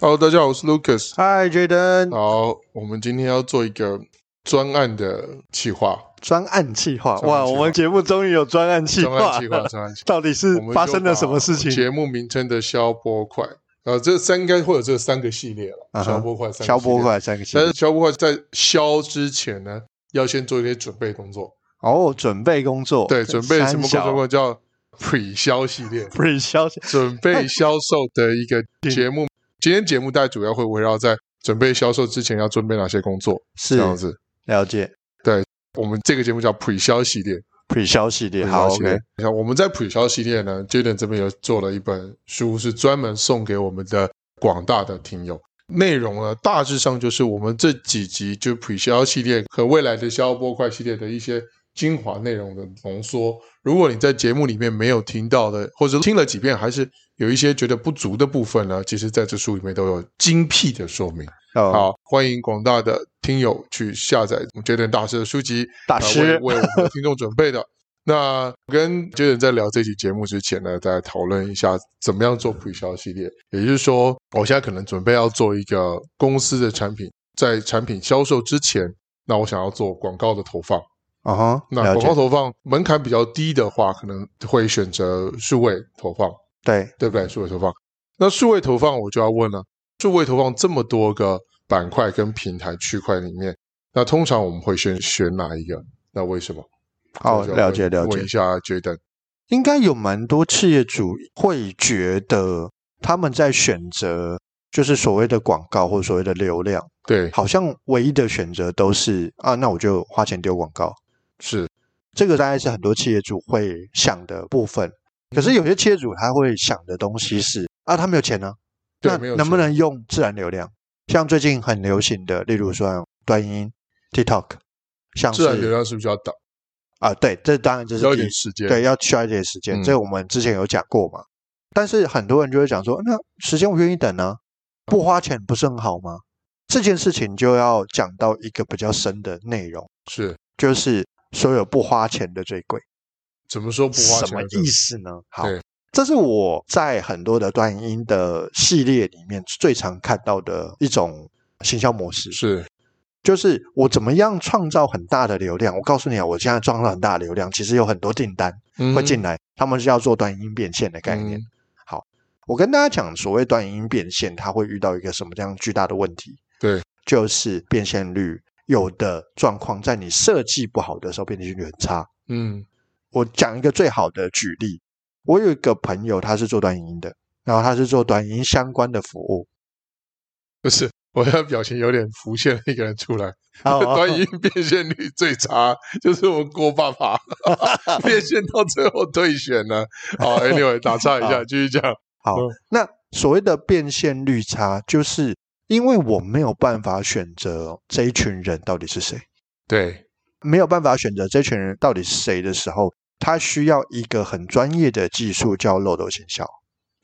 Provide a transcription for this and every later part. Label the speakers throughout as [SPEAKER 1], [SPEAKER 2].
[SPEAKER 1] Hello，大家好，我是 Lucas。
[SPEAKER 2] 嗨，Jaden，
[SPEAKER 1] 好，我们今天要做一个专案的企划，
[SPEAKER 2] 专案计划，
[SPEAKER 1] 专案
[SPEAKER 2] 哇，
[SPEAKER 1] 计划
[SPEAKER 2] 我们节目终于有专案计
[SPEAKER 1] 专
[SPEAKER 2] 划
[SPEAKER 1] 案企划，
[SPEAKER 2] 了，
[SPEAKER 1] 专案企 划。
[SPEAKER 2] 到底是
[SPEAKER 1] 我们就
[SPEAKER 2] 发生了什么事
[SPEAKER 1] 把
[SPEAKER 2] 情？
[SPEAKER 1] 节目名称的消波块，呃，这三应该会有这三个系列了，
[SPEAKER 2] 嗯哼
[SPEAKER 1] 消波块三。
[SPEAKER 2] 消波。块三个
[SPEAKER 1] 但
[SPEAKER 2] 字
[SPEAKER 1] 是消波块在消之前呢，要先做一些准备工作。
[SPEAKER 2] 哦，准备工作，
[SPEAKER 1] 对，准备什么工
[SPEAKER 2] 三小
[SPEAKER 1] 作？叫 pre 销系 列，
[SPEAKER 2] ？Pre 销
[SPEAKER 1] 准备销售的一 个节目。今天节目带主要会围绕在准备销售之前要准备哪些工作，这样
[SPEAKER 2] 是
[SPEAKER 1] 子。
[SPEAKER 2] 了解
[SPEAKER 1] 我们这个节目叫 pre 销系列。
[SPEAKER 2] Pre 销系列，好，OK，
[SPEAKER 1] 像我们在普销系列呢，Jaden 这边有做了一本书，是专门送给我们的广大的听友。内容呢，大致上就是我们这几集就普销系列和未来的消波块系列的一些精华内容的浓缩。如果你在节目里面没有听到的，或者听了几遍还是有一些觉得不足的部分呢，其实在这书里面都有精辟的说明。
[SPEAKER 2] 哦，
[SPEAKER 1] 好，欢迎广大的听友去下载我们 Jaden 大师的书籍，
[SPEAKER 2] 大师
[SPEAKER 1] 呃、为为我们的听众准备的。 那我跟 Jaden 在聊这期节目之前呢，再讨论一下怎么样做推销系列。也就是说，我现在可能准备要做一个公司的产品，在产品销售之前，那我想要做广告的投放。
[SPEAKER 2] 嗯哼，
[SPEAKER 1] 那
[SPEAKER 2] 了
[SPEAKER 1] 广告
[SPEAKER 2] 解，
[SPEAKER 1] 投放门槛比较低的话，可能会选择数位投放。
[SPEAKER 2] 对，
[SPEAKER 1] 对不对？数位投放。那数位投放我就要问了，数位投放这么多个板块跟平台区块里面，那通常我们会先选哪一个？那为什么？
[SPEAKER 2] 哦，
[SPEAKER 1] 那我就要
[SPEAKER 2] 了解
[SPEAKER 1] 问
[SPEAKER 2] 了解
[SPEAKER 1] 问一。下 Jaden，
[SPEAKER 2] 应该有蛮多企业主会觉得他们在选择就是所谓的广告或所谓的流量，
[SPEAKER 1] 对，
[SPEAKER 2] 好像唯一的选择都是啊，那我就花钱丢广告。
[SPEAKER 1] 是
[SPEAKER 2] 这个大概是很多企业主会想的部分。可
[SPEAKER 1] 嗯
[SPEAKER 2] 是有些企业主他会想的东西是啊，他没有钱呢、
[SPEAKER 1] 对，
[SPEAKER 2] 那
[SPEAKER 1] 没有
[SPEAKER 2] 能不
[SPEAKER 1] 错
[SPEAKER 2] 能用自然流量？像最近很流行的，例如说短音、TikTok，像
[SPEAKER 1] 自然流
[SPEAKER 2] 是
[SPEAKER 1] 量是不是要等
[SPEAKER 2] 啊，对，这当然这
[SPEAKER 1] 比
[SPEAKER 2] 是
[SPEAKER 1] 较
[SPEAKER 2] 第一
[SPEAKER 1] 点时间？
[SPEAKER 2] 对，要需要一点时间，
[SPEAKER 1] 嗯
[SPEAKER 2] 这个我们之前有讲过嘛。但是很多人就会讲说，那时间我愿意等啊，不花钱不是很好吗？这件事情就要讲到一个比较深的内容，
[SPEAKER 1] 是
[SPEAKER 2] 就是所有不花钱的最贵，
[SPEAKER 1] 怎么说不花
[SPEAKER 2] 什
[SPEAKER 1] 钱
[SPEAKER 2] 么
[SPEAKER 1] 的
[SPEAKER 2] 意思呢？好
[SPEAKER 1] 对，
[SPEAKER 2] 这是我在很多的段音的系列里面最常看到的一种行销模式。
[SPEAKER 1] 是
[SPEAKER 2] 就是我怎么样创造很大的流量？我告诉你啊，我现在创造很大的流量，其实有很多订单，会进来，他们是要做短音变现的概念。
[SPEAKER 1] 嗯
[SPEAKER 2] 我跟大家讲，所谓短音变现，它会遇到一个什么样巨大的问题？
[SPEAKER 1] 对，
[SPEAKER 2] 就是变现率有的状况，在你设计不好的时候，变现率很差。
[SPEAKER 1] 嗯
[SPEAKER 2] 我讲一个最好的举例，我有一个朋友，他是做短音的，然后他是做短音相关的服务。
[SPEAKER 1] 不是。我的表情有点浮现了一个人出来，
[SPEAKER 2] 哦
[SPEAKER 1] 短音变现率最差，就是我们郭爸 爸变现到最后退选了。 好，Anyway，打岔一下，
[SPEAKER 2] 好
[SPEAKER 1] 继续讲。
[SPEAKER 2] 好
[SPEAKER 1] 嗯，
[SPEAKER 2] 那所谓的变现率差，就是因为我没有办法选择这一群人到底是谁。
[SPEAKER 1] 对，
[SPEAKER 2] 没有办法选择这群人到底是谁的时候，他需要一个很专业的技术叫漏斗行销。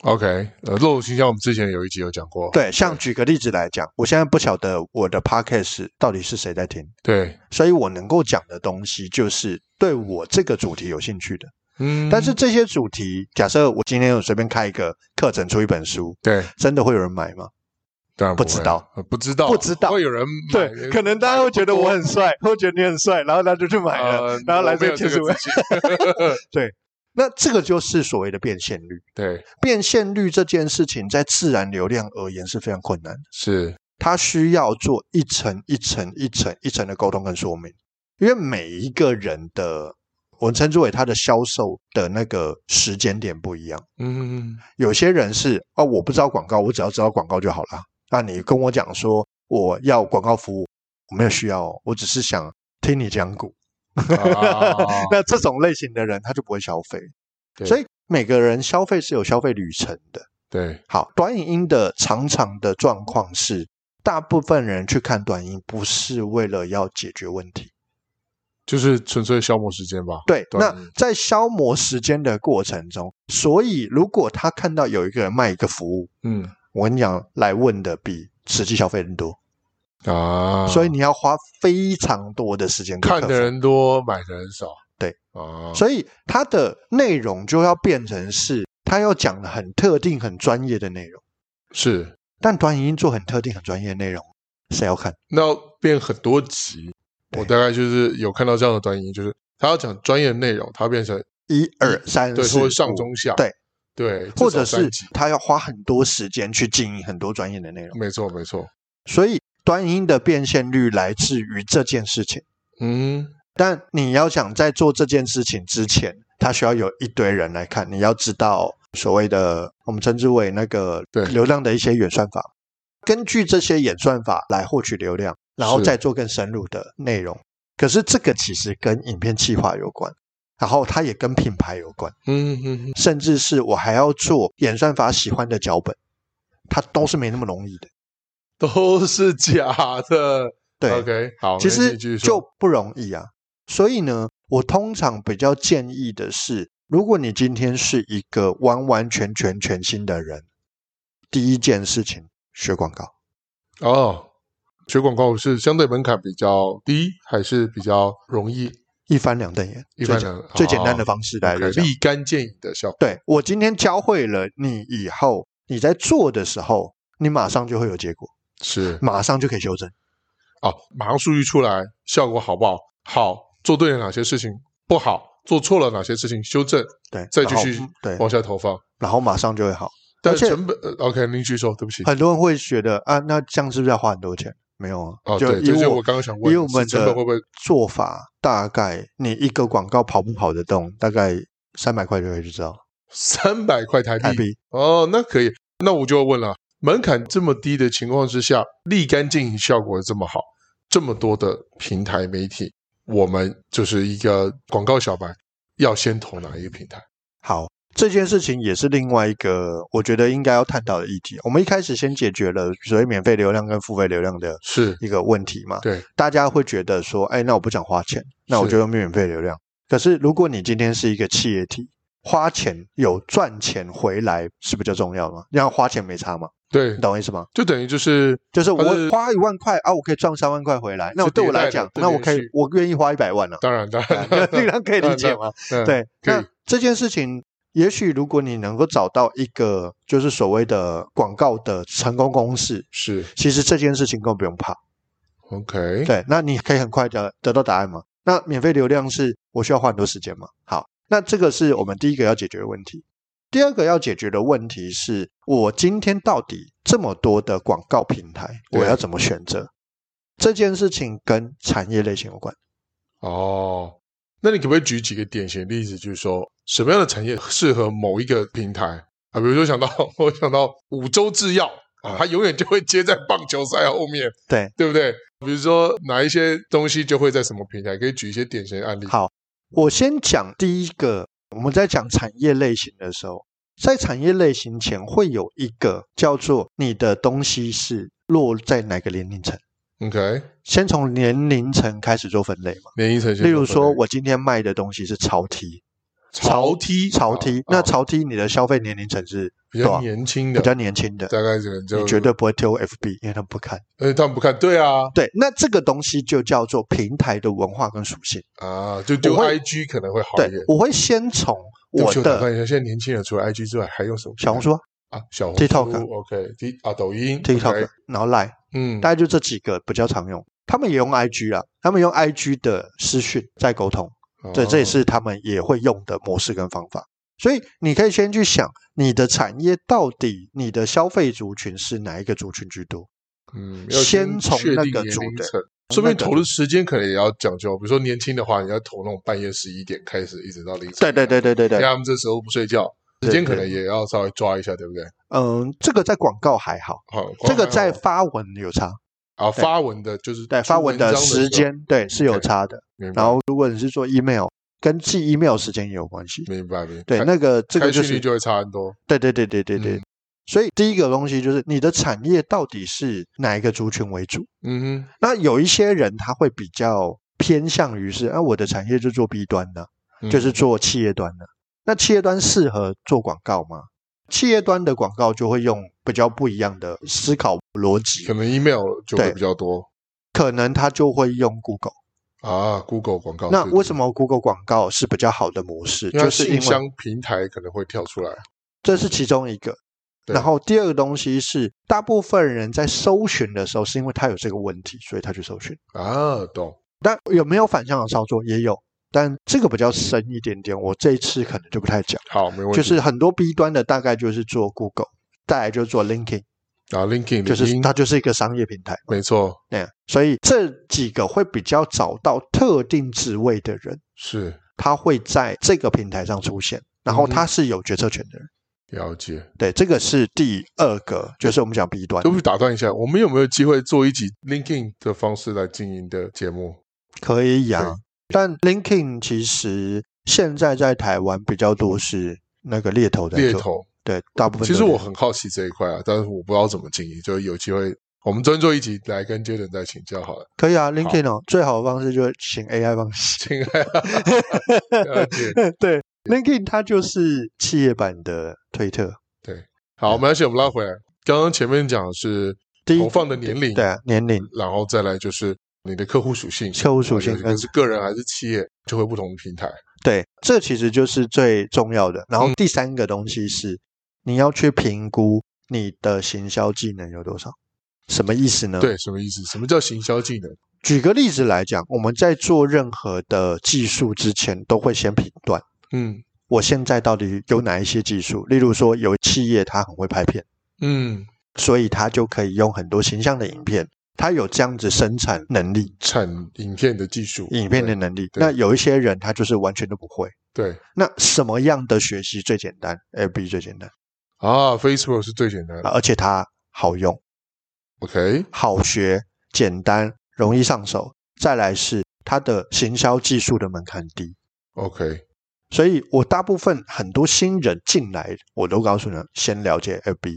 [SPEAKER 1] OK，呃，漏斗形象我们之前有一集有讲过，
[SPEAKER 2] 对，像举个例子来讲，我现在不晓得我的 podcast 到底是谁在听，
[SPEAKER 1] 对，
[SPEAKER 2] 所以我能够讲的东西就是对我这个主题有兴趣的。
[SPEAKER 1] 嗯，
[SPEAKER 2] 但是这些主题，假设我今天有随便开一个课程出一本书，
[SPEAKER 1] 对，
[SPEAKER 2] 真的会有人买吗？
[SPEAKER 1] 当然
[SPEAKER 2] 不
[SPEAKER 1] 会
[SPEAKER 2] 知道，
[SPEAKER 1] 呃不知道，
[SPEAKER 2] 不知道
[SPEAKER 1] 会有人买呃
[SPEAKER 2] 对，可能大家会觉得我很帅，会觉得你很帅，然后他就去买了，
[SPEAKER 1] 呃
[SPEAKER 2] 然后来
[SPEAKER 1] 我没有
[SPEAKER 2] 这
[SPEAKER 1] 这
[SPEAKER 2] 个
[SPEAKER 1] 个自信，
[SPEAKER 2] 那这个就是所谓的变现率。
[SPEAKER 1] 对，
[SPEAKER 2] 变现率这件事情，在自然流量而言是非常困难的，
[SPEAKER 1] 是
[SPEAKER 2] 它需要做一层一层一层一层的沟通跟说明，因为每一个人的，我们称之为他的销售的那个时间点不一样。
[SPEAKER 1] 嗯，
[SPEAKER 2] 有些人是哦，我不知道广告，我只要知道广告就好了。那你跟我讲说我要广告服务，我没有需要哦，我只是想听你讲股。
[SPEAKER 1] 啊
[SPEAKER 2] 那这种类型的人，他就不会消费。
[SPEAKER 1] 对
[SPEAKER 2] 所以每个人消费是有消费旅程的。
[SPEAKER 1] 对，
[SPEAKER 2] 好，短影音的常常的状况是，大部分人去看短影不是为了要解决问题。
[SPEAKER 1] 就是纯粹消磨时间吧，
[SPEAKER 2] 对，
[SPEAKER 1] 短
[SPEAKER 2] 那
[SPEAKER 1] 影
[SPEAKER 2] 在消磨时间的过程中，所以如果他看到有一个人卖一个服务，
[SPEAKER 1] 嗯
[SPEAKER 2] 我跟你讲，来问的比实际消费人多，
[SPEAKER 1] 啊，
[SPEAKER 2] 所以你要花非常多的时间跟
[SPEAKER 1] 看
[SPEAKER 2] 客服
[SPEAKER 1] 的人多，买的人少，
[SPEAKER 2] 对
[SPEAKER 1] 啊，
[SPEAKER 2] 所以它的内容就要变成是他要讲的很特定、很专业的内容。
[SPEAKER 1] 是
[SPEAKER 2] 但短影音做很特定、很专业的内容，谁要看？
[SPEAKER 1] 那要变很多集。我
[SPEAKER 2] 对
[SPEAKER 1] 大概就是有看到这样的短影音，就是他要讲专业内容，他变成
[SPEAKER 2] 一二三
[SPEAKER 1] 嗯对，
[SPEAKER 2] 四
[SPEAKER 1] 或者上
[SPEAKER 2] 五
[SPEAKER 1] 中下，
[SPEAKER 2] 对
[SPEAKER 1] 对，
[SPEAKER 2] 或
[SPEAKER 1] 至少
[SPEAKER 2] 者
[SPEAKER 1] 三
[SPEAKER 2] 是
[SPEAKER 1] 集
[SPEAKER 2] 他要花很多时间去经营很多专业的内容，
[SPEAKER 1] 没错没错，
[SPEAKER 2] 所以短影音的变现率来自于这件事情。
[SPEAKER 1] 嗯，
[SPEAKER 2] 但你要想在做这件事情之前，它需要有一堆人来看。你要知道所谓的我们称之为那个
[SPEAKER 1] 对
[SPEAKER 2] 流量的一些演算法，根据这些演算法来获取流量，然后
[SPEAKER 1] 是
[SPEAKER 2] 再做更深入的内容。可是这个其实跟影片企划有关，然后它也跟品牌有关，
[SPEAKER 1] 嗯嗯，嗯
[SPEAKER 2] 甚至是我还要做演算法喜欢的脚本，它都是没那么容易的。
[SPEAKER 1] 都是假的。
[SPEAKER 2] 对
[SPEAKER 1] OK，好，
[SPEAKER 2] 其
[SPEAKER 1] 没事
[SPEAKER 2] 实
[SPEAKER 1] 你继续说
[SPEAKER 2] 就不容易啊。所以呢，我通常比较建议的是，如果你今天是一个完完全全全新的人，第一件事情学广告。
[SPEAKER 1] 哦，学广告是相对门槛比较低，还是比较容易？
[SPEAKER 2] 一翻两瞪眼，
[SPEAKER 1] 一般
[SPEAKER 2] 最简
[SPEAKER 1] 人
[SPEAKER 2] 最简单的
[SPEAKER 1] 方
[SPEAKER 2] 方式来
[SPEAKER 1] 可
[SPEAKER 2] 来讲
[SPEAKER 1] 立竿见影的效果。
[SPEAKER 2] 对我今天教会了你以后，你在做的时候，你马上就会有结果，
[SPEAKER 1] 是
[SPEAKER 2] 马上就可以修正。
[SPEAKER 1] 哦，马上数据出来，效果好不好？好，做对了哪些事情？不好，做错了哪些事情？修正，
[SPEAKER 2] 对，
[SPEAKER 1] 再
[SPEAKER 2] 然
[SPEAKER 1] 继
[SPEAKER 2] 后嗯
[SPEAKER 1] 续
[SPEAKER 2] 对，
[SPEAKER 1] 往下投放。
[SPEAKER 2] 然后马上就会好。
[SPEAKER 1] 但
[SPEAKER 2] 而且
[SPEAKER 1] 成本呃，OK，您继续说，对不起。
[SPEAKER 2] 很多人会觉得啊，那这样是不是要花很多钱？没有啊，
[SPEAKER 1] 哦，
[SPEAKER 2] 就
[SPEAKER 1] 对，
[SPEAKER 2] 以
[SPEAKER 1] 这是
[SPEAKER 2] 我
[SPEAKER 1] 我刚刚想问的，
[SPEAKER 2] 以我们
[SPEAKER 1] 是成本会不会
[SPEAKER 2] 的做法，大概你一个广告跑不跑得动，大概三百块就可以知道。
[SPEAKER 1] 三百块台
[SPEAKER 2] 台
[SPEAKER 1] 币？
[SPEAKER 2] 币
[SPEAKER 1] 哦，那可以。那我就要问了，门槛这么低的情况之下，立竿见影效果这么好，这么多的平台媒体，我们就是一个广告小白，要先投哪一个平台？
[SPEAKER 2] 好，这件事情也是另外一个我觉得应该要探讨的议题。我们一开始先解决了所谓免费流量跟付费流量的
[SPEAKER 1] 是
[SPEAKER 2] 一个问题嘛，
[SPEAKER 1] 对，
[SPEAKER 2] 大家会觉得说，哎，那我不想花钱，那我
[SPEAKER 1] 是
[SPEAKER 2] 就用免费流量。可是如果你今天是一个企业体，花钱有赚钱回来是比较重要嘛？让花钱没差嘛？
[SPEAKER 1] 对
[SPEAKER 2] 你，懂我意思吗？
[SPEAKER 1] 就等于就是
[SPEAKER 2] 就是我
[SPEAKER 1] 它是
[SPEAKER 2] 花一万块啊，我可以赚三万块回来，那
[SPEAKER 1] 是
[SPEAKER 2] 我对我
[SPEAKER 1] 迭代
[SPEAKER 2] 来
[SPEAKER 1] 的
[SPEAKER 2] 讲，
[SPEAKER 1] 是
[SPEAKER 2] 那我
[SPEAKER 1] 连
[SPEAKER 2] 可以
[SPEAKER 1] 续，
[SPEAKER 2] 我愿意花一百万 了、
[SPEAKER 1] 当然当 然，
[SPEAKER 2] 啊，这样可以理解
[SPEAKER 1] 嗯
[SPEAKER 2] 吗？
[SPEAKER 1] 嗯，
[SPEAKER 2] 对，
[SPEAKER 1] 可以
[SPEAKER 2] 那这件事情，也许如果你能够找到一个就是所谓的广告的成功公式，
[SPEAKER 1] 是
[SPEAKER 2] 其实这件事情根本不用怕。
[SPEAKER 1] OK，
[SPEAKER 2] 对，那你可以很快的得到答案嘛。那免费流量是我需要花很多时间嘛？好，那这个是我们第一个要解决的问题。第二个要解决的问题是我今天到底这么多的广告平台，
[SPEAKER 1] 对
[SPEAKER 2] 我要怎么选择？这件事情跟产业类型有关。
[SPEAKER 1] 哦，那你可不可以举几个典型例子，就是说什么样的产业适合某一个平台啊？比如说想到 我想到五洲制药啊，它永远就会接在棒球赛后面，
[SPEAKER 2] 对
[SPEAKER 1] 对不对？比如说哪一些东西就会在什么平台，可以举一些典型案例。
[SPEAKER 2] 好我先讲第一个，我们在讲产业类型的时候，在产业类型前会有一个叫做你的东西是落在哪个年龄层，
[SPEAKER 1] ，OK，
[SPEAKER 2] 先从年龄层开始做分类嘛。
[SPEAKER 1] 连衣成
[SPEAKER 2] 例如说，我今天卖的东西是潮梯，
[SPEAKER 1] 潮梯，
[SPEAKER 2] 潮梯，那
[SPEAKER 1] 啊
[SPEAKER 2] 潮梯你的消费年龄层是
[SPEAKER 1] 比较
[SPEAKER 2] 多少
[SPEAKER 1] 年轻的，
[SPEAKER 2] 比较年轻的，
[SPEAKER 1] 大概只能就
[SPEAKER 2] 你绝对不会丢 FB，因为他们不看。
[SPEAKER 1] 呃，他们不看，对啊，
[SPEAKER 2] 对，那这个东西就叫做平台的文化跟属性。
[SPEAKER 1] 啊，就丢
[SPEAKER 2] 我会
[SPEAKER 1] IG 可能会好
[SPEAKER 2] 对
[SPEAKER 1] 一点。，
[SPEAKER 2] 我会先从
[SPEAKER 1] 对不
[SPEAKER 2] 我
[SPEAKER 1] 起我打断
[SPEAKER 2] 的
[SPEAKER 1] 一下，现在年轻人除了 IG 之外，还用什么平台？
[SPEAKER 2] 小红书啊、
[SPEAKER 1] 啊，小红
[SPEAKER 2] TikTok
[SPEAKER 1] OK，T、啊，抖音
[SPEAKER 2] TikTok，
[SPEAKER 1] OK，
[SPEAKER 2] 然后 Line，
[SPEAKER 1] 嗯，
[SPEAKER 2] 大概就这几个比较常用。他们也用 IG 啊，他们用 IG 的私讯在沟通。对，
[SPEAKER 1] 哦
[SPEAKER 2] 这也是他们也会用的模式跟方法。所以你可以先去想，你的产业到底你的消费族群是哪一个族群居多？
[SPEAKER 1] 哦嗯，要
[SPEAKER 2] 先从
[SPEAKER 1] 确
[SPEAKER 2] 那
[SPEAKER 1] 定
[SPEAKER 2] 个
[SPEAKER 1] 年
[SPEAKER 2] 主
[SPEAKER 1] 龄
[SPEAKER 2] 的
[SPEAKER 1] 层，说不定
[SPEAKER 2] 那个
[SPEAKER 1] 投的时间可能也要讲究。比如说年轻的话，你要投那种半夜十一点开始，一直到凌晨。
[SPEAKER 2] 对对对对对
[SPEAKER 1] 因为
[SPEAKER 2] 对，
[SPEAKER 1] 他们这时候不睡觉，时
[SPEAKER 2] 对
[SPEAKER 1] 间可
[SPEAKER 2] 对
[SPEAKER 1] 能也要稍微抓一下，对不对？
[SPEAKER 2] 嗯，这个在广告还好，
[SPEAKER 1] 好，
[SPEAKER 2] 这个
[SPEAKER 1] 哦光还
[SPEAKER 2] 在
[SPEAKER 1] 好
[SPEAKER 2] 发文有差，
[SPEAKER 1] 啊
[SPEAKER 2] 对
[SPEAKER 1] 发文的就是
[SPEAKER 2] 对，
[SPEAKER 1] 出
[SPEAKER 2] 发文
[SPEAKER 1] 章
[SPEAKER 2] 的
[SPEAKER 1] 时候
[SPEAKER 2] 时，间对是有
[SPEAKER 1] 对
[SPEAKER 2] 差的。
[SPEAKER 1] 明白
[SPEAKER 2] 然后如果你是做 email，跟寄 email 时间也有关系。
[SPEAKER 1] 明白明白，
[SPEAKER 2] 对，
[SPEAKER 1] 嗯开
[SPEAKER 2] 那个这个
[SPEAKER 1] 开
[SPEAKER 2] 就
[SPEAKER 1] 讯
[SPEAKER 2] 是
[SPEAKER 1] 率就会差很多。
[SPEAKER 2] 对对对对对对
[SPEAKER 1] 嗯。
[SPEAKER 2] 所以第一个东西就是你的产业到底是哪一个族群为主？
[SPEAKER 1] 嗯
[SPEAKER 2] 那有一些人他会比较偏向于是，啊，我的产业就做 B 端的，
[SPEAKER 1] 哼，
[SPEAKER 2] 就是
[SPEAKER 1] 嗯
[SPEAKER 2] 做企业端的。那企业端适合做广告吗？企业端的广告就会用比较不一样的思考逻辑
[SPEAKER 1] 可，能 email 就会
[SPEAKER 2] 对
[SPEAKER 1] 比较多
[SPEAKER 2] 可能他就会用 Google。
[SPEAKER 1] 啊，Google 广告。
[SPEAKER 2] 那
[SPEAKER 1] 对
[SPEAKER 2] 为
[SPEAKER 1] 对
[SPEAKER 2] 什么 Google 广告是比较好的模式？
[SPEAKER 1] 因为它
[SPEAKER 2] 就是
[SPEAKER 1] 信
[SPEAKER 2] 因为
[SPEAKER 1] 箱平台可能会跳出来。
[SPEAKER 2] 这是其中一个。
[SPEAKER 1] 对
[SPEAKER 2] 然后第二个东西是，大部分人在搜寻的时候，是因为他有这个问题，所以他去搜寻。
[SPEAKER 1] 啊，懂，
[SPEAKER 2] 但有没有反向的操作也有，但这个比较深一点点，我这一次可能就不太讲。
[SPEAKER 1] 好，没问题。
[SPEAKER 2] 就是很多 B 端的大概就是做 Google，再来就是做 LinkedIn，
[SPEAKER 1] 啊，LinkedIn
[SPEAKER 2] 就是
[SPEAKER 1] 领英
[SPEAKER 2] 它就是一个商业平台。
[SPEAKER 1] 没错，
[SPEAKER 2] 那样，所以这几个会比较找到特定职位的人，
[SPEAKER 1] 是
[SPEAKER 2] 他会在这个平台上出现，然后
[SPEAKER 1] 嗯哼
[SPEAKER 2] 他是有决策权的人。
[SPEAKER 1] 了解。
[SPEAKER 2] 对，这个是第二个，就是我们讲 B 端
[SPEAKER 1] 对不起，打断一下，我们有没有机会做一集 LinkedIn 的方式来经营的节目？
[SPEAKER 2] 可以啊。但 LinkedIn 其实现在在台湾比较多是那个猎头在
[SPEAKER 1] 猎
[SPEAKER 2] 做，
[SPEAKER 1] 头，
[SPEAKER 2] 对，大部分
[SPEAKER 1] 其
[SPEAKER 2] 都
[SPEAKER 1] 实
[SPEAKER 2] 是
[SPEAKER 1] 我很好奇这一块啊，但是我不知道怎么经营，就有机会我们专做一集来跟 Jaden 再请教好了。
[SPEAKER 2] 可以啊，LinkedIn 哦，最好的方式就是请 AI 帮式。
[SPEAKER 1] 亲爱的，了解。
[SPEAKER 2] 对，LinkedIn 它就是企业版的推特，
[SPEAKER 1] 好，没关系，我们拉回来。刚刚前面讲的是
[SPEAKER 2] 第一
[SPEAKER 1] 投放的年龄，
[SPEAKER 2] 对啊，年龄、
[SPEAKER 1] 然后再来就是你的客户属性，
[SPEAKER 2] 客户属性
[SPEAKER 1] 可
[SPEAKER 2] 跟嗯
[SPEAKER 1] 能是个人还是企业，就会不同的平台。
[SPEAKER 2] 对，这其实就是最重要的。然后第三个东西是，你要去评估你的行销技能有多少。什么意思呢？，
[SPEAKER 1] 对，什么意思？什么叫行销技能？
[SPEAKER 2] 举个例子来讲，我们在做任何的技术之前，都会先评断
[SPEAKER 1] 嗯
[SPEAKER 2] 我现在到底有哪一些技术。例如说，有企业它很会拍片，
[SPEAKER 1] 嗯，
[SPEAKER 2] 所以它就可以用很多形象的影片，它有这样子生产能力、
[SPEAKER 1] 产影片的技术，
[SPEAKER 2] 影片的能力。
[SPEAKER 1] 对
[SPEAKER 2] 那有一些人他就是完全都不会。
[SPEAKER 1] 对对
[SPEAKER 2] 那什么样的学习最简单？FB 最简单，
[SPEAKER 1] 啊，Facebook 是最简单的。
[SPEAKER 2] 而且它好用。
[SPEAKER 1] OK，
[SPEAKER 2] 好学、简单、容易上手。再来是它的行销技术的门槛低，
[SPEAKER 1] OK，
[SPEAKER 2] 所以我大部分很多新人进来，我都告诉你先了解 FB，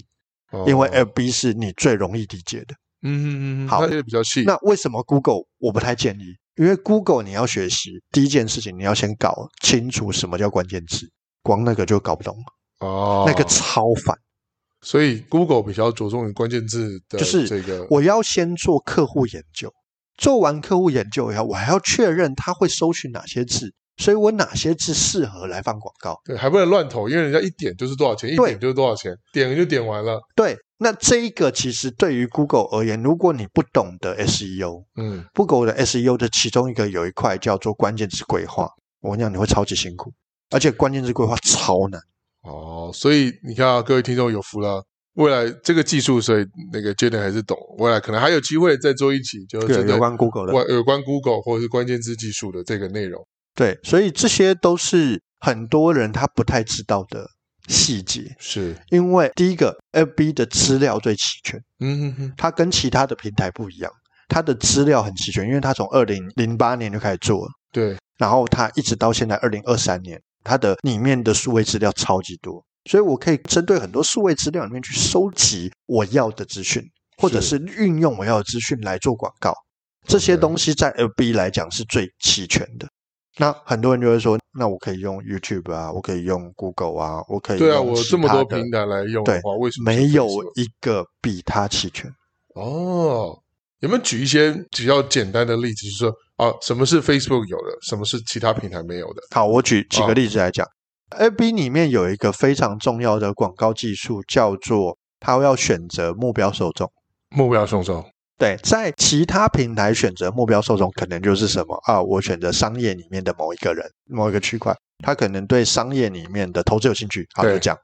[SPEAKER 1] 哦
[SPEAKER 2] 因为 FB 是你最容易理解的。
[SPEAKER 1] 嗯嗯嗯，
[SPEAKER 2] 好
[SPEAKER 1] 那也比较细。
[SPEAKER 2] 那为什么 Google 我不太建议？因为 Google 你要学习第一件事情，你要先搞清楚什么叫关键字，光那个就搞不懂，
[SPEAKER 1] 哦，
[SPEAKER 2] 那个超烦。
[SPEAKER 1] 所以 Google 比较着重于关键字的
[SPEAKER 2] 就是
[SPEAKER 1] 这个，
[SPEAKER 2] 我要先做客户研究，做完客户研究以后，我还要确认他会搜寻哪些字，所以我哪些字适合来放广告。
[SPEAKER 1] 对还不能乱投，因为人家一点就是多少钱，一
[SPEAKER 2] 对
[SPEAKER 1] 点就是多少钱，点就点完了。
[SPEAKER 2] 对，那这一个其实对于 Google 而言，如果你不懂得 E SEO，
[SPEAKER 1] 嗯，
[SPEAKER 2] Google 的 SEO 的其中一个有一块叫做关键字规划，我跟你讲，你会超级辛苦，而且关键字规划超难。
[SPEAKER 1] 哦，所以你看啊，各位听众有福了。未来这个技术，所以那个 Jaden 还是懂。未来可能还有机会再做一期，就是
[SPEAKER 2] 对，
[SPEAKER 1] 针对
[SPEAKER 2] 有关 Google 的，
[SPEAKER 1] 关有关 Google 或者是关键字技术的这个内容。
[SPEAKER 2] 对，所以这些都是很多人他不太知道的细节，
[SPEAKER 1] 是，
[SPEAKER 2] 因为第一个，FB 的资料最齐全。
[SPEAKER 1] 嗯哼哼，
[SPEAKER 2] 它跟其他的平台不一样，它的资料很齐全，因为它从二零零八年就开始做了，
[SPEAKER 1] 对，
[SPEAKER 2] 然后它一直到现在二零二三年，它的里面的数位资料超级多，所以我可以针对很多数位资料里面去收集我要的资讯，或者是运用我要的资讯来做广告。这些东西在 FB 来讲是最齐全的。那很多人就会说，那我可以用 YouTube 啊，我可以用 Google 啊，我可以
[SPEAKER 1] 对啊，
[SPEAKER 2] 用
[SPEAKER 1] 我
[SPEAKER 2] 其
[SPEAKER 1] 这么
[SPEAKER 2] 他
[SPEAKER 1] 多
[SPEAKER 2] 的
[SPEAKER 1] 平台来用的
[SPEAKER 2] 对
[SPEAKER 1] 话，为什么是
[SPEAKER 2] 没有
[SPEAKER 1] Facebook？
[SPEAKER 2] 一个比它齐全。
[SPEAKER 1] 哦，有没有举一些比较简单的例子，就是说啊，什么是 Facebook 有的，什么是其他平台没有的？
[SPEAKER 2] 好，我举几
[SPEAKER 1] 哦
[SPEAKER 2] 个例子来讲。A B 里面有一个非常重要的广告技术，叫做它要选择目标受众。
[SPEAKER 1] 目标送手，
[SPEAKER 2] 对，在其他平台选择目标受众，可能就是什么啊？我选择商业里面的某一个人、某一个区块，他可能对商业里面的投资有兴趣，好
[SPEAKER 1] 对
[SPEAKER 2] 就这样。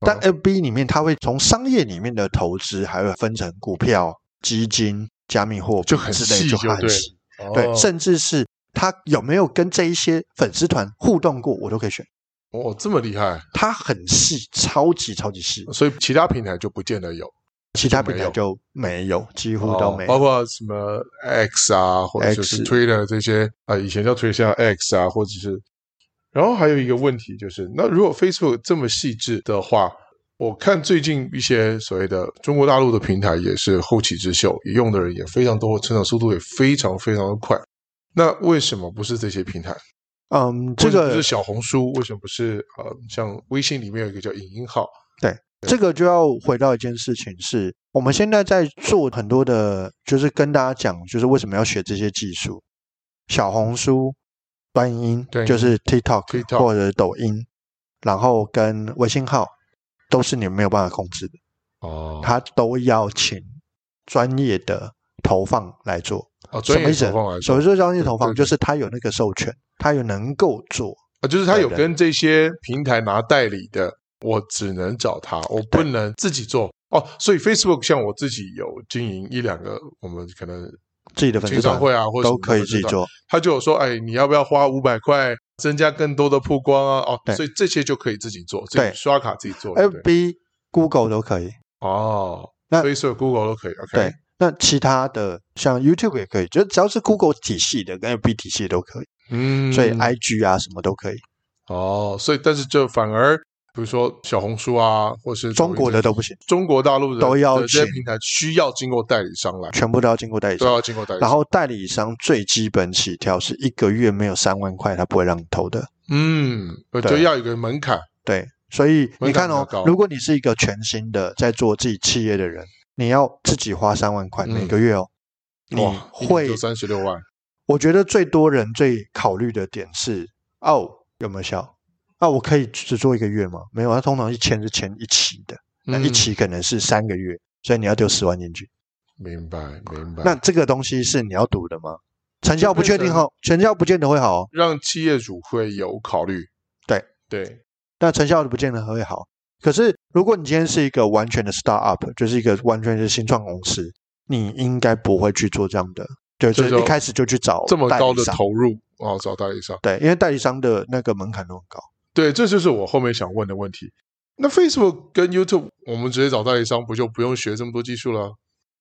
[SPEAKER 2] 但
[SPEAKER 1] 哦
[SPEAKER 2] A B 里面，它会从商业里面的投资，还会分成股票、基金、加密货币
[SPEAKER 1] 就很
[SPEAKER 2] 之类，
[SPEAKER 1] 细
[SPEAKER 2] 就
[SPEAKER 1] 就
[SPEAKER 2] 很
[SPEAKER 1] 对
[SPEAKER 2] 细。
[SPEAKER 1] 哦
[SPEAKER 2] 对，甚至是他有没有跟这一些粉丝团互动过，我都可以选。
[SPEAKER 1] 哦，这么厉害，
[SPEAKER 2] 它很细，超级超级细，
[SPEAKER 1] 所以其他平台就不见得有，
[SPEAKER 2] 其他平
[SPEAKER 1] 没有
[SPEAKER 2] 台就没有，几乎都没有。
[SPEAKER 1] 哦包括什么 X 啊，或者就是
[SPEAKER 2] X
[SPEAKER 1] Twitter 这些啊、以前叫 Twitter 现在叫 X 啊，或者是。然后还有一个问题就是，那如果 Facebook 这么细致的话，我看最近一些所谓的中国大陆的平台也是后起之秀，用的人也非常多，成长速度也非常非常的快。那为什么不是这些平台？
[SPEAKER 2] 嗯，这
[SPEAKER 1] 为什么不是
[SPEAKER 2] 个
[SPEAKER 1] 小红书，为什么不是呃像微信里面有一个叫影音号？
[SPEAKER 2] 这个就要回到一件事情是，我们现在在做很多的，就是跟大家讲，就是为什么要学这些技术，小红书、短音
[SPEAKER 1] 对，
[SPEAKER 2] 就是 TikTok
[SPEAKER 1] TikTok
[SPEAKER 2] 或者抖音，然后跟微信号，都是你没有办法控制的，
[SPEAKER 1] 哦，
[SPEAKER 2] 它都要请专业的投放来做。
[SPEAKER 1] 哦，
[SPEAKER 2] 什
[SPEAKER 1] 专
[SPEAKER 2] 么
[SPEAKER 1] 业
[SPEAKER 2] 意思
[SPEAKER 1] 投放来？
[SPEAKER 2] 所
[SPEAKER 1] 说
[SPEAKER 2] 谓的专业投
[SPEAKER 1] 对
[SPEAKER 2] 放，
[SPEAKER 1] 对
[SPEAKER 2] 就是他有那个授权，他有能够做。
[SPEAKER 1] 啊，就是他有
[SPEAKER 2] 对对
[SPEAKER 1] 跟这些平台拿代理的，我只能找他，我不
[SPEAKER 2] 对
[SPEAKER 1] 能自己做。哦，所以 Facebook 像我自己有经营一两个，我们可能
[SPEAKER 2] 自己的粉
[SPEAKER 1] 青
[SPEAKER 2] 丝
[SPEAKER 1] 商
[SPEAKER 2] 团
[SPEAKER 1] 会啊，或者
[SPEAKER 2] 都可以自己
[SPEAKER 1] 做。
[SPEAKER 2] 做，
[SPEAKER 1] 他就有说，哎，你要不要花五百块增加更多的曝光啊？哦，
[SPEAKER 2] 对
[SPEAKER 1] 所以这些就可以自己做，自
[SPEAKER 2] 对哎
[SPEAKER 1] 己刷卡自己做，对不对？
[SPEAKER 2] ，FB、Google 都可以。
[SPEAKER 1] 哦，
[SPEAKER 2] 那
[SPEAKER 1] Facebook、Google 都可以，OK，
[SPEAKER 2] 对，那其他的像 YouTube 也可以，就只要是 Google 体系的跟 FB 体系都可以，
[SPEAKER 1] 嗯，
[SPEAKER 2] 所以 IG 啊什么都可以，
[SPEAKER 1] 哦，所以但是这反而。比如说小红书啊，或是抖音
[SPEAKER 2] 中国的
[SPEAKER 1] 这些
[SPEAKER 2] 都不行，
[SPEAKER 1] 中国大陆的
[SPEAKER 2] 都要
[SPEAKER 1] 的这些
[SPEAKER 2] 请
[SPEAKER 1] 平台需要经过代理商来，
[SPEAKER 2] 全部都要经过代理
[SPEAKER 1] 都
[SPEAKER 2] 商。
[SPEAKER 1] 要经过代理商。
[SPEAKER 2] 然后代理商最基本起跳是一个月没有三万块，他不会让你投的。
[SPEAKER 1] 嗯，我觉得
[SPEAKER 2] 对
[SPEAKER 1] 要有一个门槛
[SPEAKER 2] 对，所以
[SPEAKER 1] 门槛
[SPEAKER 2] 你看
[SPEAKER 1] 比较高
[SPEAKER 2] 哦，如果你是一个全新的在做自己企业的人，你要自己花三万块
[SPEAKER 1] 嗯
[SPEAKER 2] 每个月哦，你
[SPEAKER 1] 哇，
[SPEAKER 2] 会
[SPEAKER 1] 三十六万，
[SPEAKER 2] 我觉得最多人最考虑的点是，哦，有没有效？啊，我可以只做一个月吗？没有，它通常一签是签一期的，那一
[SPEAKER 1] 嗯
[SPEAKER 2] 期可能是三个月，所以你要丢十万进去。
[SPEAKER 1] 明白明白。
[SPEAKER 2] 那这个东西是你要赌的吗？成效不确定哦，成效不见得会好哦，
[SPEAKER 1] 让企业主会有考虑，
[SPEAKER 2] 对
[SPEAKER 1] 对，
[SPEAKER 2] 但成效不见得会好。可是如果你今天是一个完全的 start up，就是一个完全是新创公司，你应该不会去做这样的，对，
[SPEAKER 1] 这
[SPEAKER 2] 就
[SPEAKER 1] 种
[SPEAKER 2] 是一开始就去找
[SPEAKER 1] 这么
[SPEAKER 2] 代理
[SPEAKER 1] 高的
[SPEAKER 2] 商，
[SPEAKER 1] 投入哦，找代理商，
[SPEAKER 2] 对，因为代理商的那个门槛都很高。
[SPEAKER 1] 对，这就是我后面想问的问题。那 Facebook 跟 YouTube，我们直接找代理商，不就不用学这么多技术了？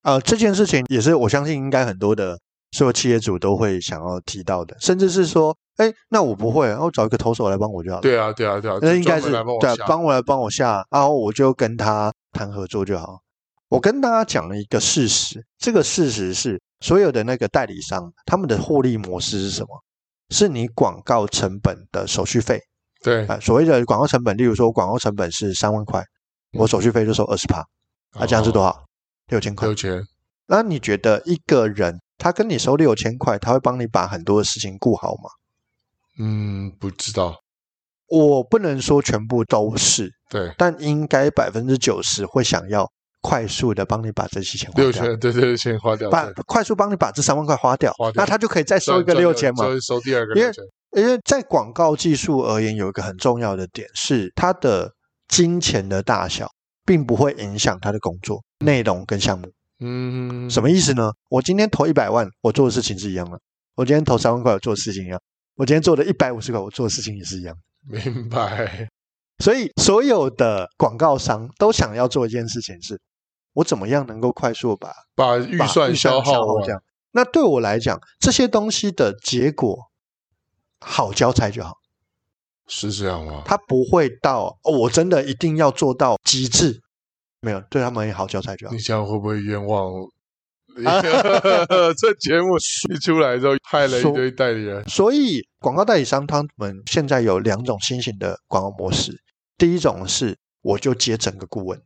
[SPEAKER 2] 呃，这件事情也是我相信应该很多的所有企业主都会想要提到的，甚至是说，哎，那我不会，我找一个投手来帮我就好了。，
[SPEAKER 1] 对啊，对啊，对啊，
[SPEAKER 2] 那
[SPEAKER 1] 就
[SPEAKER 2] 应该
[SPEAKER 1] 专
[SPEAKER 2] 是
[SPEAKER 1] 门来帮我
[SPEAKER 2] 对啊
[SPEAKER 1] 下，
[SPEAKER 2] 帮我来帮我下，然后我就跟他谈合作就好。我跟大家讲了一个事实，这个事实是所有的那个代理商他们的获利模式是什么？是你广告成本的手续费
[SPEAKER 1] 对
[SPEAKER 2] 啊、，呃所谓的广告成本，例如说广告成本是三万块，我手续费就收二十趴，那这样是多少？六千块
[SPEAKER 1] 哦六。千，
[SPEAKER 2] 那你觉得一个人他跟你收六千块，他会帮你把很多的事情顾好吗？
[SPEAKER 1] 嗯，不知道，
[SPEAKER 2] 我不能说全部都是，
[SPEAKER 1] 对，
[SPEAKER 2] 但应该百分之九十会想要快速的帮你把这些钱花
[SPEAKER 1] 六
[SPEAKER 2] 掉，
[SPEAKER 1] 千，对对，六千花掉，
[SPEAKER 2] 把
[SPEAKER 1] 对
[SPEAKER 2] 快速帮你把这三万块花掉，
[SPEAKER 1] 花掉
[SPEAKER 2] 那他就可以再收一个
[SPEAKER 1] 赚
[SPEAKER 2] 六千嘛。
[SPEAKER 1] 收收第二个
[SPEAKER 2] 因为
[SPEAKER 1] 六千，
[SPEAKER 2] 因为在广告技术而言，有一个很重要的点是，它的金钱的大小并不会影响他的工作内容跟项目。
[SPEAKER 1] 嗯，
[SPEAKER 2] 什么意思呢？我今天投一百万，我做的事情是一样的；我今天投三万块，我做的事情一样；我今天做的一百五十块，我做的事情也是一样。
[SPEAKER 1] 明白，
[SPEAKER 2] 所以，所有的广告商都想要做一件事情是：我怎么样能够快速把
[SPEAKER 1] 把预
[SPEAKER 2] 把
[SPEAKER 1] 算消
[SPEAKER 2] 耗
[SPEAKER 1] 耗完，
[SPEAKER 2] 掉？那对我来讲，这些东西的结果好交差就好，
[SPEAKER 1] 是这样吗？
[SPEAKER 2] 它不会到、哦、我真的一定要做到极致。没有，对他们也好交差就好
[SPEAKER 1] 你。这样会不会冤枉？
[SPEAKER 2] 啊
[SPEAKER 1] 这节目一出来之后，害了一堆代理人。
[SPEAKER 2] 所以广告代理商他们现在有两种新型的广告模式，第一种是我就接整个顾问，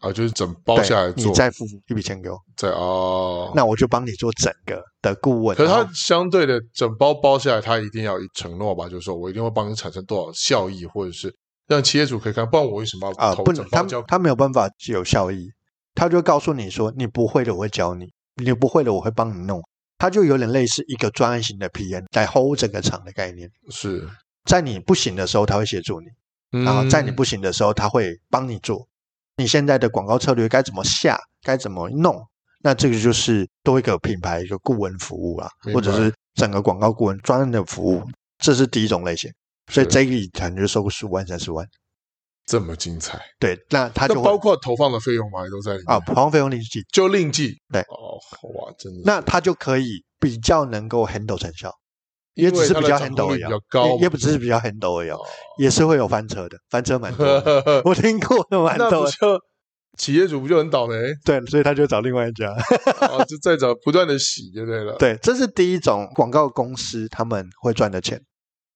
[SPEAKER 1] 啊，就是整包下来
[SPEAKER 2] 对
[SPEAKER 1] 做
[SPEAKER 2] 你，再付一笔钱给我，
[SPEAKER 1] 在哦。
[SPEAKER 2] 那我就帮你做整个的顾问。
[SPEAKER 1] 可是
[SPEAKER 2] 然
[SPEAKER 1] 它
[SPEAKER 2] 后
[SPEAKER 1] 相对的整包包下来，它一定要有承诺吧，就是说我一定会帮你产生多少效益，或者是让企业主可以看，不然我为什么
[SPEAKER 2] 啊、
[SPEAKER 1] 要投
[SPEAKER 2] 不能
[SPEAKER 1] 整包
[SPEAKER 2] 他
[SPEAKER 1] 交？
[SPEAKER 2] 他没有办法有效益，他就告诉你说你不会的我会教你，你不会的我会帮你弄，他就有点类似一个专案型的 PM 来 hold 整个厂的概念。
[SPEAKER 1] 是，
[SPEAKER 2] 在你不行的时候，他会协助你；然后
[SPEAKER 1] 嗯
[SPEAKER 2] 啊在你不行的时候，他会帮你做。你现在的广告策略该怎么下，该怎么弄？那这个就是多一个品牌一个顾问服务啊，
[SPEAKER 1] 明白
[SPEAKER 2] 或者是整个广告顾问专案的服务，这是第一种类型。所以
[SPEAKER 1] 是
[SPEAKER 2] 这个可能就收个十五万、三十万。
[SPEAKER 1] 这么精彩，
[SPEAKER 2] 对，那他
[SPEAKER 1] 那
[SPEAKER 2] 就
[SPEAKER 1] 包
[SPEAKER 2] 会
[SPEAKER 1] 括投放的费用嘛，也都在里面
[SPEAKER 2] 啊，黄费用零几，
[SPEAKER 1] 就另计。
[SPEAKER 2] 对
[SPEAKER 1] 哦，哇，真的是，
[SPEAKER 2] 那他就可以比较能够 handle 成效，也只是
[SPEAKER 1] 因为
[SPEAKER 2] 比较
[SPEAKER 1] 它的掌
[SPEAKER 2] handle
[SPEAKER 1] 控力
[SPEAKER 2] 而已
[SPEAKER 1] 比
[SPEAKER 2] 啊，
[SPEAKER 1] 较高嘛，
[SPEAKER 2] 也也不只是比较 handle 而已啊，也是会有翻车的，翻车蛮 多的。
[SPEAKER 1] 哦
[SPEAKER 2] 我听过的蛮
[SPEAKER 1] 那
[SPEAKER 2] 多
[SPEAKER 1] 不
[SPEAKER 2] 的，
[SPEAKER 1] 就企业主不就很倒霉？
[SPEAKER 2] 对，所以他就找另外一家。
[SPEAKER 1] 哦，就再找不断的洗就对了。
[SPEAKER 2] 对，这是第一种广告公司他们会赚的钱。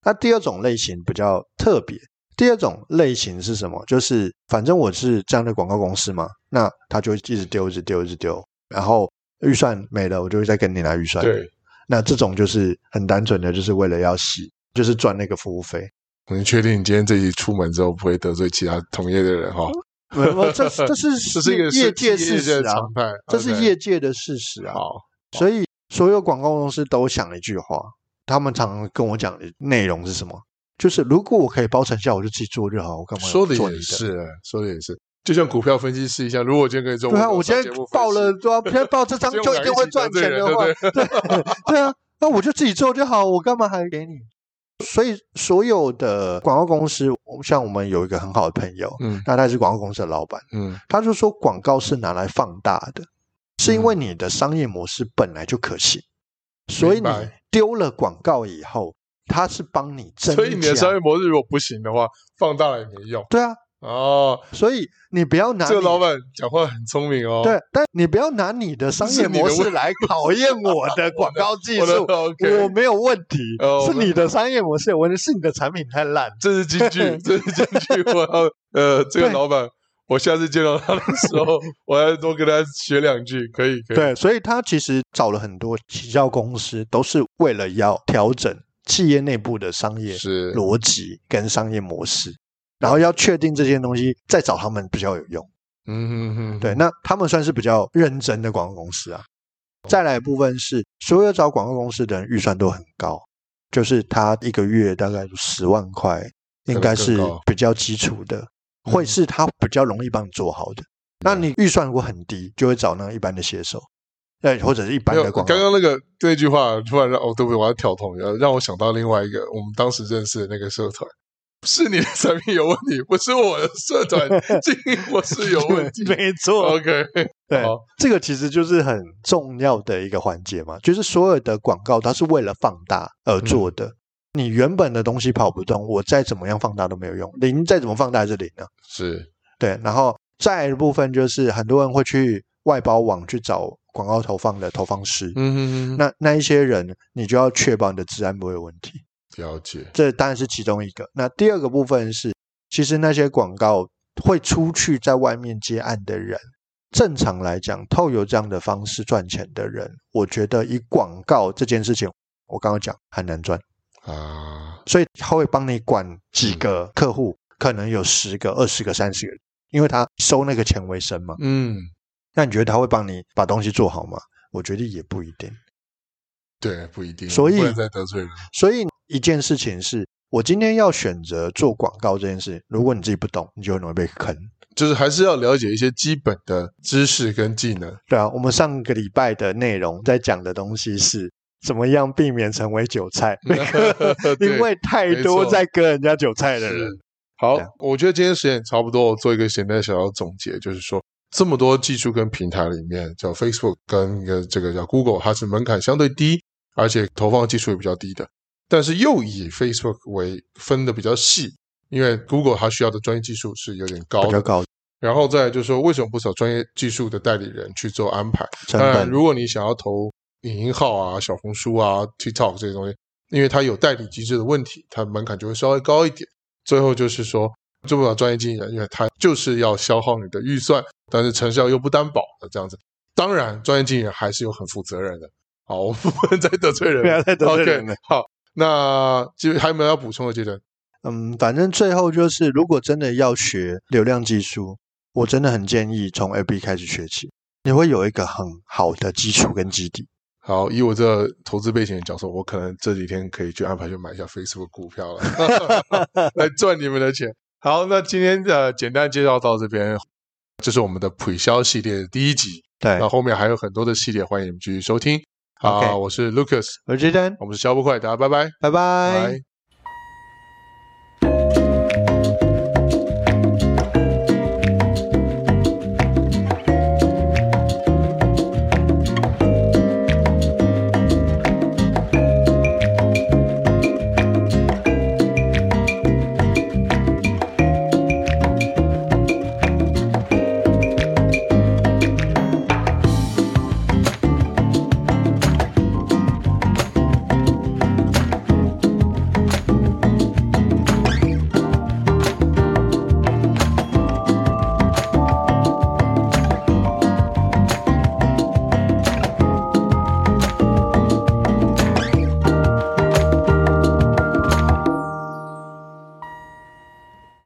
[SPEAKER 2] 那第二种类型比较特别，第二种类型是什么？就是反正我是这样的广告公司嘛，那他就一直丢，一直丢，一直丢，然后预算没了，我就会再跟你拿预算。
[SPEAKER 1] 对，
[SPEAKER 2] 那这种就是很单纯的，就是为了要洗，就是赚那个服务费。
[SPEAKER 1] 你确定你今天这一出门之后不会得罪其他同业的人哈？
[SPEAKER 2] 没有这这是
[SPEAKER 1] 这是一个
[SPEAKER 2] 嗯业界
[SPEAKER 1] 是
[SPEAKER 2] 事实
[SPEAKER 1] 业界的
[SPEAKER 2] 啊，
[SPEAKER 1] 常态，
[SPEAKER 2] 这是
[SPEAKER 1] OK
[SPEAKER 2] 业界的事实啊。
[SPEAKER 1] 好，
[SPEAKER 2] 所以所有广告公司都想了一句话，他们常常跟我讲的内容是什么？就是如果我可以包成效，我就自己做就好，我干嘛要
[SPEAKER 1] 说的
[SPEAKER 2] 做你
[SPEAKER 1] 也
[SPEAKER 2] 的？
[SPEAKER 1] 是，啊说的也是，就像股票分析师一样，如果我今天可以中，
[SPEAKER 2] 对啊，我今天报了，对啊，今天报这 张
[SPEAKER 1] 结果
[SPEAKER 2] 就
[SPEAKER 1] 我
[SPEAKER 2] 一
[SPEAKER 1] 们
[SPEAKER 2] 定会赚钱的话，
[SPEAKER 1] 俩一
[SPEAKER 2] 对 对啊，那我就自己做就好，我干嘛还给你？所以所有的广告公司，我像我们有一个很好的朋友，
[SPEAKER 1] 嗯
[SPEAKER 2] 那他是广告公司的老板，
[SPEAKER 1] 嗯
[SPEAKER 2] 他就说广告是拿来放大的，是因为
[SPEAKER 1] 嗯
[SPEAKER 2] 你的商业模式本来就可信，所以
[SPEAKER 1] 明
[SPEAKER 2] 你
[SPEAKER 1] 白
[SPEAKER 2] 丢了广告以后，它是帮你增
[SPEAKER 1] 所以你的商
[SPEAKER 2] 加
[SPEAKER 1] 业。模式如果不行的话，放大了也没用。
[SPEAKER 2] 对啊，
[SPEAKER 1] 哦，
[SPEAKER 2] 所以你不要拿
[SPEAKER 1] 这个
[SPEAKER 2] 你
[SPEAKER 1] 老板讲话很聪明哦。
[SPEAKER 2] 对，但你不要拿你的商业模
[SPEAKER 1] 是你的
[SPEAKER 2] 式来考验我 的广告技
[SPEAKER 1] 我的
[SPEAKER 2] 术，
[SPEAKER 1] OK，
[SPEAKER 2] 我没有问题
[SPEAKER 1] 哦，
[SPEAKER 2] 是你的商业模式有问题，是你的产品太烂。
[SPEAKER 1] 这是金句，这是金句。我要呃，这个
[SPEAKER 2] 对
[SPEAKER 1] 老板，我下次见到他的时候，我要多跟他学两句，可以，可以。
[SPEAKER 2] 对，所以他其实找了很多起效公司，都是为了要调整企业内部的商业
[SPEAKER 1] 是
[SPEAKER 2] 逻辑跟商业模式，然后要确定这些东西，再找他们比较有用。
[SPEAKER 1] 嗯嗯嗯，
[SPEAKER 2] 对，那他们算是比较认真的广告公司啊。再来的部分是，所有找广告公司的人预算都很高，就是他一个月大概十万块，
[SPEAKER 1] 可能
[SPEAKER 2] 应该是
[SPEAKER 1] 更高
[SPEAKER 2] 比较基础的，
[SPEAKER 1] 嗯
[SPEAKER 2] 会是他比较容易帮你做好的。那你预算如果很低，就会找那一般的写手，对，或者是一般
[SPEAKER 1] 没有
[SPEAKER 2] 的，广告。
[SPEAKER 1] 刚。刚那个那句话突然让哦，对不起，我要跳通，呃让我想到另外一个我们当时认识的那个社团，是你的产品有问题，不是我的社团经营模式有问题
[SPEAKER 2] 没错，
[SPEAKER 1] OK，
[SPEAKER 2] 对
[SPEAKER 1] 好，
[SPEAKER 2] 这个其实就是很重要的一个环节嘛，就是所有的广告它是为了放大而做的。你原本的东西跑不动，我再怎么样放大都没有用，零再怎么放大还是零啊。
[SPEAKER 1] 是
[SPEAKER 2] 对，然后再来的部分就是很多人会去外包网去找广告投放的投放师，
[SPEAKER 1] 嗯，
[SPEAKER 2] 那那一些人你就要确保你的治安不会有问题，
[SPEAKER 1] 了解，
[SPEAKER 2] 这当然是其中一个。那第二个部分是，其实那些广告会出去在外面接案的人，正常来讲，透过这样的方式赚钱的人，我觉得以广告这件事情，我刚刚讲很难赚，
[SPEAKER 1] 啊，
[SPEAKER 2] 所以他会帮你管几个客户，可能有十个、二十个、三十个，因为他收那个钱为生嘛。
[SPEAKER 1] 嗯，
[SPEAKER 2] 那你觉得他会帮你把东西做好吗？我觉得也不一定。
[SPEAKER 1] 对，不一定，
[SPEAKER 2] 所以
[SPEAKER 1] 不能再得罪人，
[SPEAKER 2] 所以一件事情是我今天要选择做广告这件事，如果你自己不懂，你就很容易被坑。
[SPEAKER 1] 就是还是要了解一些基本的知识跟技能。
[SPEAKER 2] 对啊，我们上个礼拜的内容在讲的东西是怎么样避免成为韭 菜，因为太多在割人家韭菜的人
[SPEAKER 1] 是。好
[SPEAKER 2] 对啊，
[SPEAKER 1] 我觉得今天时间也差不多，我做一个简单的小小总结，就是说，这么多技术跟平台里面，叫 Facebook 跟一个这个叫 Google，它是门槛相对低，而且投放技术也比较低的，但是又以 Facebook 为分的比较细，因为 Google 它需要的专业技术是有点高
[SPEAKER 2] 比较
[SPEAKER 1] 的。
[SPEAKER 2] 高
[SPEAKER 1] 然后再来就是说，为什么不找专业技术的代理人去做安排？
[SPEAKER 2] 成
[SPEAKER 1] 当然，嗯
[SPEAKER 2] 本，
[SPEAKER 1] 如果你想要投影音号啊、小红书啊、TikTok 这些东西，因为它有代理机制的问题，它门槛就会稍微高一点。最后就是说，做不了专业经理人，因为它就是要消耗你的预算，但是成效又不担保的这样子。当然，专业经理人还是有很负责任的。好，我们不能再得罪人
[SPEAKER 2] 不
[SPEAKER 1] 了。
[SPEAKER 2] 要再得罪人
[SPEAKER 1] OK，
[SPEAKER 2] 了。
[SPEAKER 1] 好，那就还有没有要补充的，杰伦？
[SPEAKER 2] 嗯，反正最后就是，如果真的要学流量技术，我真的很建议从 A B 开始学起，你会有一个很好的基础跟基底。
[SPEAKER 1] 好，以我这投资背景的角色，我可能这几天可以去安排去买一下 Facebook 股票了。 来赚你们的钱。好，那今天的简单介绍到这边，这是我们的pre 销系列的第一集，
[SPEAKER 2] 对
[SPEAKER 1] 那，后面还有很多的系列，欢迎你们继续收听。好，
[SPEAKER 2] OK
[SPEAKER 1] 我是 Lucas，
[SPEAKER 2] 我是 j
[SPEAKER 1] 我们是消不快，大家拜拜，
[SPEAKER 2] 拜拜。